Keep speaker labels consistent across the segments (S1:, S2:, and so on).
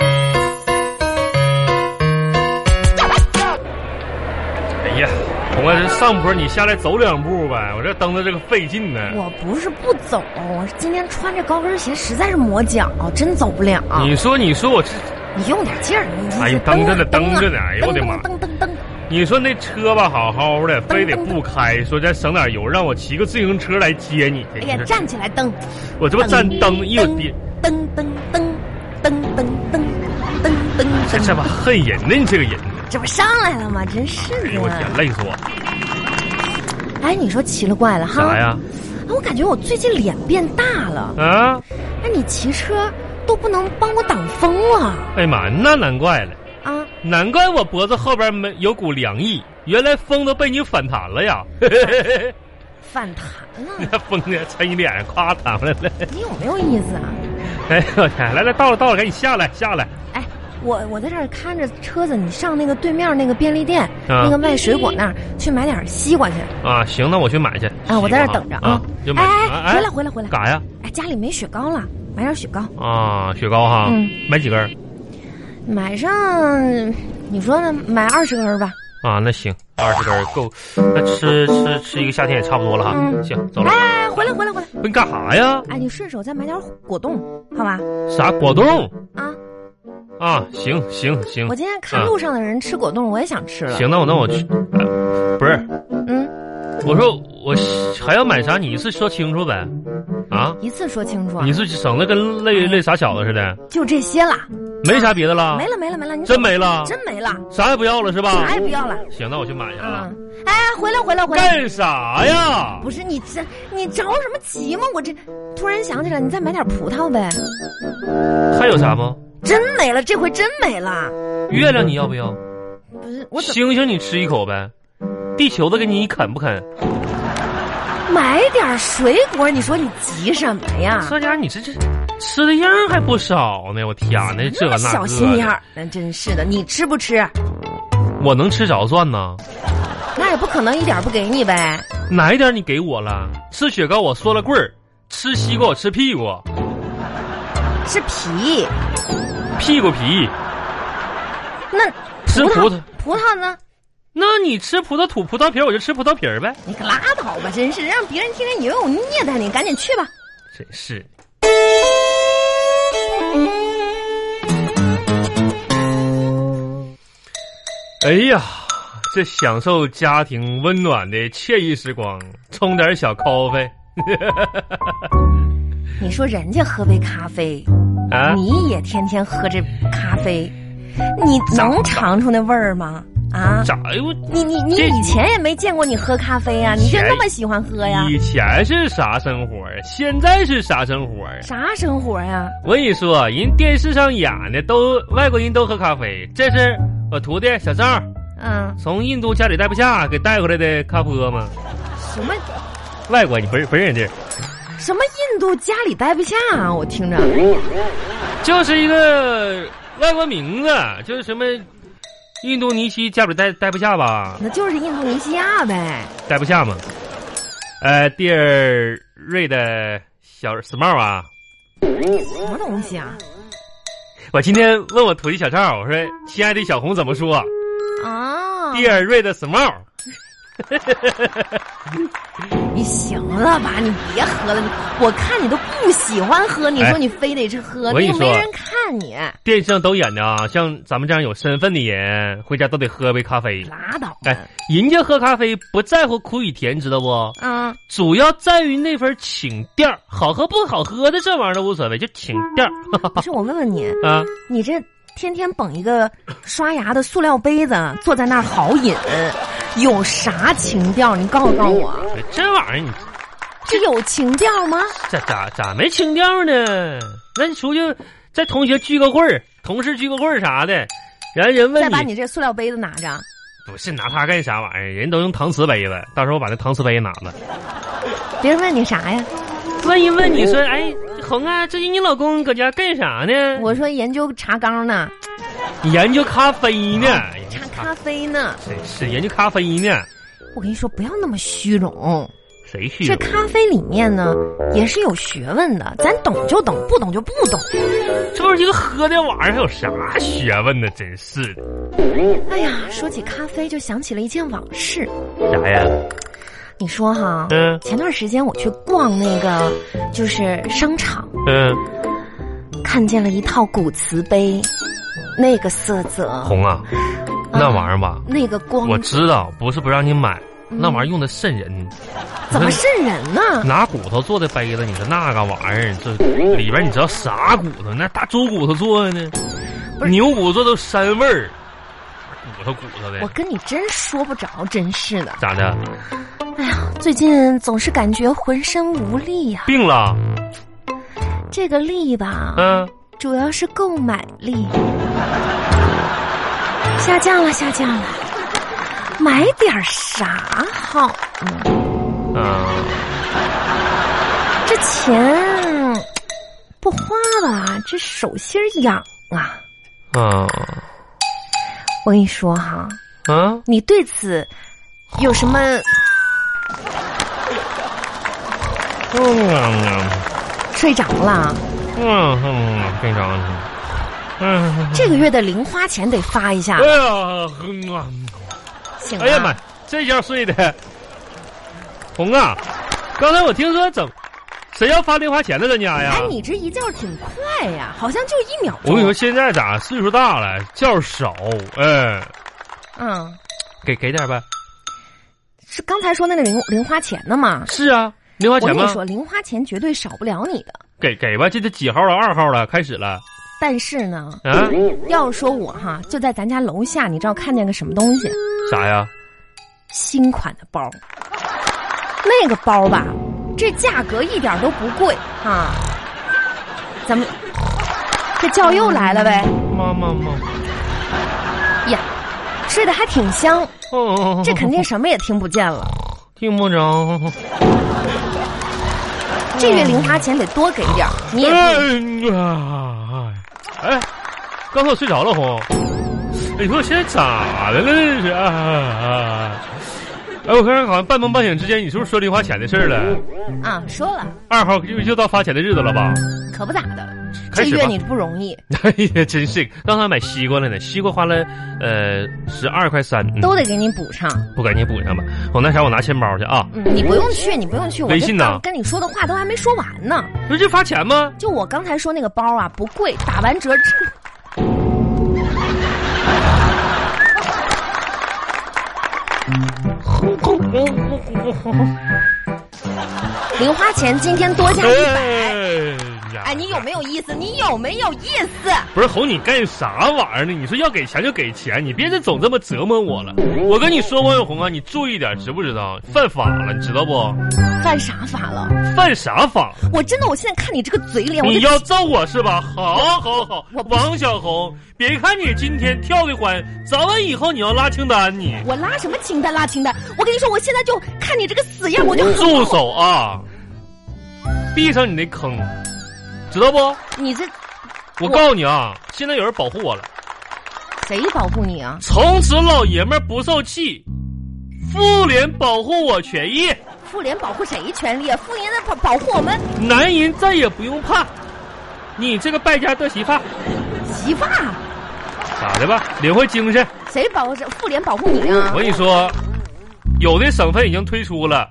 S1: 哎上坡，你下来走两步呗，我这蹬的这个费劲呢。
S2: 我不是不走，我是今天穿着高跟鞋实在是磨脚，真走不了。
S1: 你说，你说我这，
S2: 你用点劲儿，你啊
S1: 哎呀，蹬着呢，蹬着呢，哎呦我的妈！哎
S2: 蹬蹬蹬，
S1: 你说那车吧，好好的，非得不开，说再省点油，让我骑个自行车来接你去。
S2: 哎呀，站起来蹬，
S1: 我这不站蹬，一我颠，
S2: 蹬蹬蹬蹬蹬蹬蹬蹬
S1: 这
S2: 蹬，
S1: 哎这吧恨人呢，你这个人，
S2: 这不上来了吗？真是
S1: 哎呦我天，
S2: 的。
S1: 累死我！
S2: 哎，你说奇了怪了哈？
S1: 啥呀？
S2: 哎？我感觉我最近脸变大了。
S1: 啊，
S2: 哎，你骑车都不能帮我挡风了
S1: 哎呀妈，那难怪了，
S2: 啊！
S1: 难怪我脖子后边没有股凉意，原来风都被你反弹了呀！
S2: 反弹了，
S1: 那风呢，抻你脸上，咵弹回来了。
S2: 你有没有意思啊？
S1: 哎呦我天！来来，到了到了，赶紧下来下来。
S2: 哎，我我在这儿看着车子，你上那个对面那个便利店，
S1: 啊
S2: 那个卖水果那儿去买点西瓜去。
S1: 啊，行，那我去买去。
S2: 啊，我在这儿等着
S1: 啊。就买
S2: 哎
S1: 去
S2: 哎，回来回来回来。
S1: 干啥呀？
S2: 哎，家里没雪糕了，买点雪糕，
S1: 啊，雪糕哈，
S2: 嗯
S1: 买几根儿？
S2: 买上，你说呢？买二十根儿吧。
S1: 啊，那行，二十根儿够，那吃吃吃一个夏天也差不多了哈。
S2: 嗯
S1: 行，走了。
S2: 哎，回来回来回来。
S1: 不是你干啥呀？
S2: 哎，你顺手再买点果冻，好吧？
S1: 啥果冻？
S2: 啊，
S1: 啊，行行行
S2: 我今天看路上的人吃果冻，我也想吃了。
S1: 啊行，那我那我去，呃不是，
S2: 嗯，
S1: 我说我还要买啥，你一次说清楚呗。啊，
S2: 一次说清楚，
S1: 你是省得跟累累傻小子似的，
S2: 就这些了，
S1: 没啥别的了
S2: 没，了没了没了，你
S1: 啊真没了，啊
S2: 真没了，
S1: 啥也不要了是吧？
S2: 啥也不要了。
S1: 行，那我去买去啊了。
S2: 嗯，哎，回来回来回来。
S1: 干啥呀？
S2: 不是你这你着什么急吗？我这突然想起来，你再买点葡萄呗。
S1: 还有啥吗？
S2: 真没了，这回真没了。
S1: 月亮你要不要？
S2: 不是嗯我怎
S1: 星星你吃一口呗。地球的给你，你啃不啃？
S2: 么买点水果？你说你急什么呀？
S1: 这家伙你这这吃的样儿还不少呢，我天哪，这
S2: 那
S1: 个
S2: 么
S1: 那
S2: 小
S1: 个
S2: 心
S1: 的
S2: 眼儿，那真是的。你吃不吃？
S1: 我能吃着算呢？
S2: 那也不可能一点不给你呗。
S1: 哪一点你给我了？吃雪糕我缩了棍儿，吃西瓜我吃屁股，
S2: 是皮，
S1: 屁股皮。
S2: 那
S1: 吃
S2: 葡萄
S1: 葡萄
S2: 葡萄呢？
S1: 那你吃葡萄吐葡萄皮儿，我就吃葡萄皮儿呗。
S2: 你可拉倒吧，真是让别人听见以为我虐待你，赶紧去吧。
S1: 真是。哎呀，这享受家庭温暖的惬意时光，冲点小 coffee
S2: 你说人家喝杯咖啡，
S1: 啊！
S2: 你也天天喝这咖啡，你能尝出那味儿吗？啊？
S1: 咋哎呦？
S2: 你你你
S1: 这
S2: 以前也没见过你喝咖啡呀、你就
S1: 前
S2: 那么喜欢喝呀？
S1: 以前是啥生活啊？现在是啥生活啊？
S2: 啥生活呀、
S1: 我跟你说，人电视上演的都外国人都喝咖啡，这是我徒弟小赵
S2: 嗯，
S1: 从印度家里带不下给带回来的咖啡吗？
S2: 什么
S1: 外国你不是不认识？
S2: 什么印度家里待不下啊？我听着，
S1: 就是一个外国名字，就是什么印度尼西加不待待不下吧，
S2: 那就是印度尼西亚呗。
S1: 待不下嘛。呃，第二瑞的小 small 啊，
S2: 什么东西啊？
S1: 我今天问我徒弟小赵，我说亲爱的小红怎么说？
S2: 啊，
S1: 第二瑞的 small，
S2: 你行了吧？你别喝了，你我看你都不喜欢喝，你说
S1: 哎
S2: 你非得去喝，
S1: 我跟
S2: 你
S1: 你
S2: 又没
S1: 说
S2: 人看你，
S1: 电视上都演的啊，像咱们这样有身份的人，回家都得喝杯咖啡。
S2: 拉倒吧。
S1: 哎，人家喝咖啡不在乎苦与甜，知道不？
S2: 啊，
S1: 主要在于那份情调儿，好喝不好喝的这玩意儿都无所谓，就情调 儿
S2: 不是我问问你，
S1: 啊。
S2: 你这天天捧一个刷牙的塑料杯子坐在那儿好饮，有啥情调？你告诉告诉我。
S1: 哎这玩意儿你
S2: 这有情调吗？
S1: 咋咋咋没情调呢？那你出去在同学聚个会儿，同事聚个会儿啥的，然后人问
S2: 再把
S1: 你
S2: 你这塑料杯子拿着，
S1: 不是拿它干啥玩意儿？人都用搪瓷杯子，到时候我把那搪瓷杯拿了，
S2: 别人问你啥呀？
S1: 问一问你说，哎，红啊，最近你老公搁家干啥呢？
S2: 我说研究茶缸呢，
S1: 你研究咖啡呢，哎研究
S2: 啊茶咖啡呢。
S1: 真是研究咖啡呢。
S2: 我跟你说，不要那么虚荣。
S1: 谁是
S2: 这
S1: 有？
S2: 咖啡里面呢也是有学问的，咱懂就懂，不懂就不懂。
S1: 这玩意儿一个喝的玩意儿还有啥学问呢？真是的，
S2: 哎呀，说起咖啡就想起了一件往事。
S1: 啥呀？
S2: 你说哈，
S1: 嗯
S2: 前段时间我去逛那个就是商场，
S1: 嗯，
S2: 看见了一套古瓷杯，那个色泽，
S1: 红啊，那玩意儿吧，
S2: 那个光
S1: 我，知道不是不让你买，那玩意儿用的瘆人。
S2: 怎么瘆人呢？
S1: 拿骨头做的杯子，你说那个玩意儿，这里边你知道啥骨头？那大猪骨头做的呢
S2: 不，是
S1: 牛骨头都膻味儿，骨头骨头
S2: 我
S1: 的，
S2: 跟你真说不着，真是的。
S1: 咋的？
S2: 哎呀，最近总是感觉浑身无力呀、
S1: 病了？
S2: 这个力吧，
S1: 嗯、
S2: 主要是购买力下降了，下降了。买点啥好呢？
S1: 嗯、
S2: 这钱不花吧，这手心儿痒啊！
S1: 嗯
S2: 我跟你说哈，
S1: 嗯，
S2: 你对此有什么？
S1: 嗯
S2: 睡着了？
S1: 嗯嗯，正常。嗯，
S2: 这个月的零花钱得发一下啊
S1: 哎，呀，哼啊，
S2: 醒了。
S1: 哎呀妈，这觉睡的，红啊，刚才我听说怎，谁要发零花钱了咱家呀？
S2: 哎，你这一觉挺快呀，好像就一秒
S1: 我
S2: 钟。
S1: 跟你说，现在咋岁数大
S2: 哎
S1: 了，觉少，嗯，
S2: 嗯，
S1: 给给点呗。
S2: 是刚才说那个零零花钱的嘛？
S1: 是啊，零花
S2: 我
S1: 钱
S2: 跟你
S1: 吗？
S2: 说，零花钱绝对少不了你的。
S1: 给给吧，这都几号了？二号了，开始了
S2: 但是呢，
S1: 啊？
S2: 要是说我哈，就在咱家楼下，你知道看见个什么东西？
S1: 啥呀？
S2: 新款的包，那个包吧，这价格一点都不贵啊。咱们这觉又来了呗，
S1: 妈妈妈，
S2: 呀，睡得还挺香，
S1: 哦，
S2: 这肯定什么也听不见了。
S1: 听不着。
S2: 这月零花钱得多给点儿，你也不
S1: 哎呀，哎，刚才我睡着了，红。哎你说我现在咋的了？这是啊啊！哎，我看看，好像半梦半醒之间，你是不是说零花钱的事儿了？
S2: 啊，说了
S1: 二号就就到发钱的日子了吧？
S2: 可不咋的，
S1: 开
S2: 这
S1: 始
S2: 月
S1: 吧
S2: 你不容易，
S1: 哎呀，真是！刚才买西瓜了呢，西瓜花了呃十二块三，嗯
S2: 都得给你补上。
S1: 不赶紧补上吧。我那啥，我拿钱包去啊。
S2: 嗯，你不用去，你不用去，我
S1: 微
S2: 这
S1: 信呢
S2: 刚跟你说的话都还没说完呢。
S1: 不是这发钱吗？
S2: 就我刚才说那个包啊，不贵，打完折只。零花钱今天多加
S1: 哎
S2: 一百，
S1: 呀
S2: 哎，你有没有意思？你有没有意思？
S1: 不是哄你干啥玩意儿呢？你说要给钱就给钱，你别再总这么折磨我了。我跟你说，王永红啊，你注意点，知不知道？犯法了，你知道不？
S2: 犯啥法了？
S1: 犯啥法？
S2: 我真的，我现在看你这个嘴哎脸，我
S1: 你
S2: 就
S1: 要揍我是吧？好，好，好
S2: 我，不
S1: 王小红，别看你今天跳的欢，早晚以后你要拉清单你。
S2: 我拉什么清单拉清单？我跟你说，我现在就看你这个死样，我就
S1: 住手啊！闭上你那坑，知道不？
S2: 你这
S1: 我告诉你啊，现在有人保护我了。
S2: 谁保护你啊？
S1: 从此老爷们儿不受气，妇联保护我权益，
S2: 妇联保护谁权利啊？妇联在保保护我们
S1: 男人再也不用怕。你这个败家的媳妇儿，
S2: 媳妇儿。啊
S1: 咋的吧？领会精神。
S2: 谁保护这妇联保护你啊
S1: 我？跟你说，有的省份已经推出了，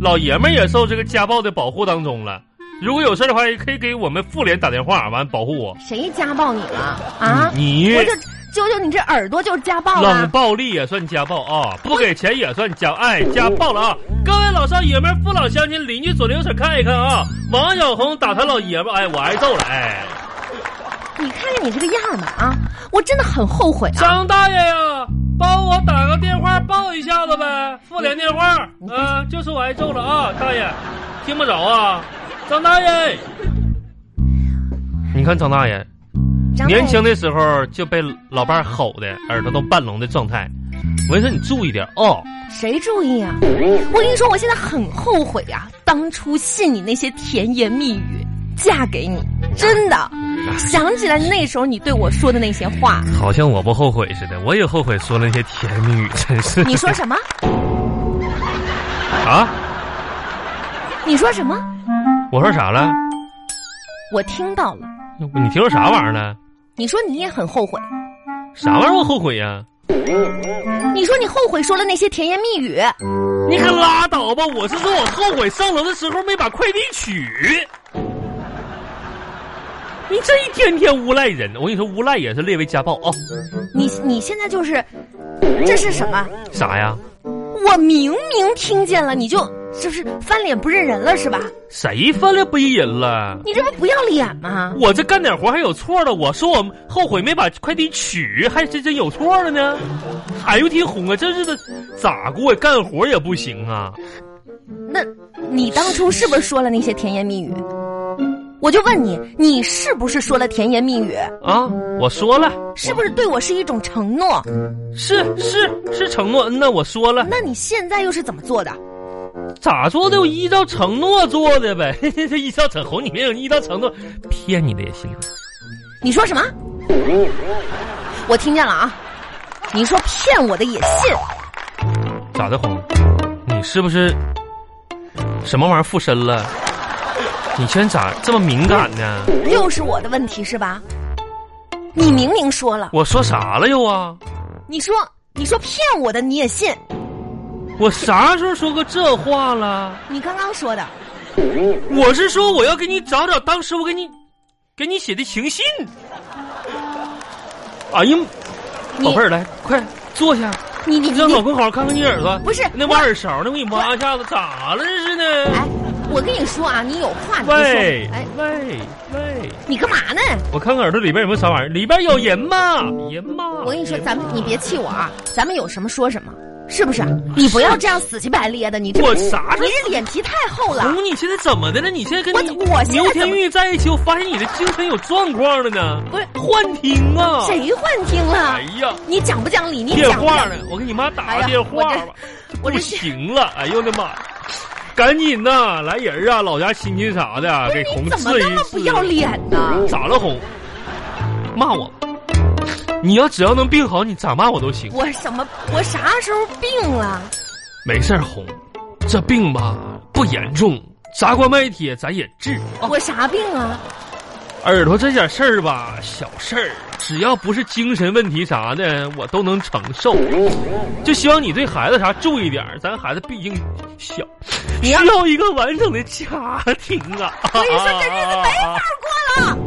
S1: 老爷们儿也受这个家暴的保护当中了。如果有事儿的话，也可以给我们妇联打电话，完保护我。
S2: 谁家暴你了啊？
S1: 你
S2: 我就舅舅，你这耳朵就是家暴
S1: 冷
S2: 了。
S1: 暴力也算家暴啊、不给钱也算家哎家暴了啊！各位老少爷们儿、父老乡亲、邻居左邻右舍看一看啊！王小红打他老爷们儿，哎，我挨揍了哎！
S2: 你看看你这个样吧啊！我真的很后悔啊！
S1: 张大爷呀，帮我打个电话报一下子呗，妇联电话，嗯、就是我挨揍了啊，大爷，听不着啊，张大爷。你看张大爷，
S2: 张
S1: 年
S2: 磊
S1: 轻，的时候就被老伴儿吼的耳朵都半聋的状态，我说你注意点哦。
S2: 谁注意啊？我跟你说，我现在很后悔呀、当初信你那些甜言蜜语，嫁给你，真的。想起来那时候你对我说的那些 话，
S1: 好像我不后悔似的，我也后悔说了那些甜言蜜语，真是。
S2: 你说什么？
S1: 啊？
S2: 你说什么？
S1: 我说啥了？
S2: 我听到了。
S1: 你听说啥玩意儿了？
S2: 你说你也很后悔。
S1: 啥玩意儿？我后悔呀、
S2: 你说你后悔说了那些甜言蜜语，
S1: 你可拉倒吧！我是说我后悔上楼的时候没把快递取。你这一天天诬赖人，我跟你说，诬赖也是列为家暴啊、
S2: 你你现在就是，这是什么？
S1: 啥呀？
S2: 我明明听见了，你就就是翻脸不认人了是吧？
S1: 谁翻脸不认人了？
S2: 你这不不要脸吗？
S1: 我这干点活还有错了？我说我后悔没把快递取，还真真有错了呢。哎呦天红啊，这日子咋过呀？干活也不行啊！
S2: 那你当初是不是说了那些甜言蜜语？我就问你，你是不是说了甜言蜜语？
S1: 啊，我说了，
S2: 是不是对我是一种承诺？
S1: 是是是承诺，嗯呐，我说了，
S2: 那你现在又是怎么做的？
S1: 咋做的？我依照承诺做的呗。 这依照承红，你没有依照承诺，骗你的也行。
S2: 你说什么？我听见了啊！你说骗我的也信？
S1: 咋的红？你是不是什么玩意儿附身了？你现在咋这么敏感呢？
S2: 又是我的问题是吧？你明明说了，
S1: 我说啥了又啊？
S2: 你说你说骗我的你也信，
S1: 我啥时候说过这话了？
S2: 你刚刚说的，
S1: 我是说我要给你找找当时我给你给你写的情信。哎呀，
S2: 你
S1: 宝贝儿，来快坐下，
S2: 你你
S1: 你
S2: 你
S1: 让
S2: 你
S1: 老公好好看看你耳朵。
S2: 不是
S1: 那挖耳勺呢，我给你挖一下子，咋了这是呢？
S2: 哎，我跟你说啊，你有话你就
S1: 喂
S2: 说，哎，
S1: 喂喂，
S2: 你干嘛呢？
S1: 我看看耳朵里边有没有啥玩意儿，里边有人吗？人吗？
S2: 我跟你说，咱们你别气我啊，咱们有什么说什么，是不是？你不要这样死乞白咧的，你这
S1: 我啥哦时候
S2: 你这脸皮太厚了。
S1: 红，你现在怎么的了？你现在跟你
S2: 我我现在
S1: 牛
S2: 怎
S1: 天
S2: 么
S1: 玉在一起，我发现你的精神有状况了呢。
S2: 不是
S1: 幻听啊！
S2: 谁幻听了
S1: 哎？呀，
S2: 你讲不讲理？你
S1: 电
S2: 讲不
S1: 话
S2: 讲
S1: 呢
S2: 理？？
S1: 我给你妈打
S2: 哎
S1: 个
S2: 呀
S1: 电话吧。
S2: 我
S1: 不
S2: 这是
S1: 行了，哎呦我的妈呀！赶紧呐，来人啊，老家亲戚啥的，啊给红
S2: 你怎么
S1: 治
S2: 那
S1: 一
S2: 么不
S1: 治。
S2: 要脸呢？
S1: 咋了红？骂我吧！你要只要能病好，你咋骂我都行。
S2: 我什么？我啥时候病了？
S1: 没事儿红，这病吧不严重，砸锅卖铁咱也治。啊
S2: 我啥病啊？
S1: 耳朵这点事儿吧，小事儿，只要不是精神问题啥的，我都能承受。就希望你对孩子啥注意点儿，咱孩子毕竟小，需
S2: 要
S1: 要一个完整的家庭啊。
S2: 我跟你说，这日子没法过了。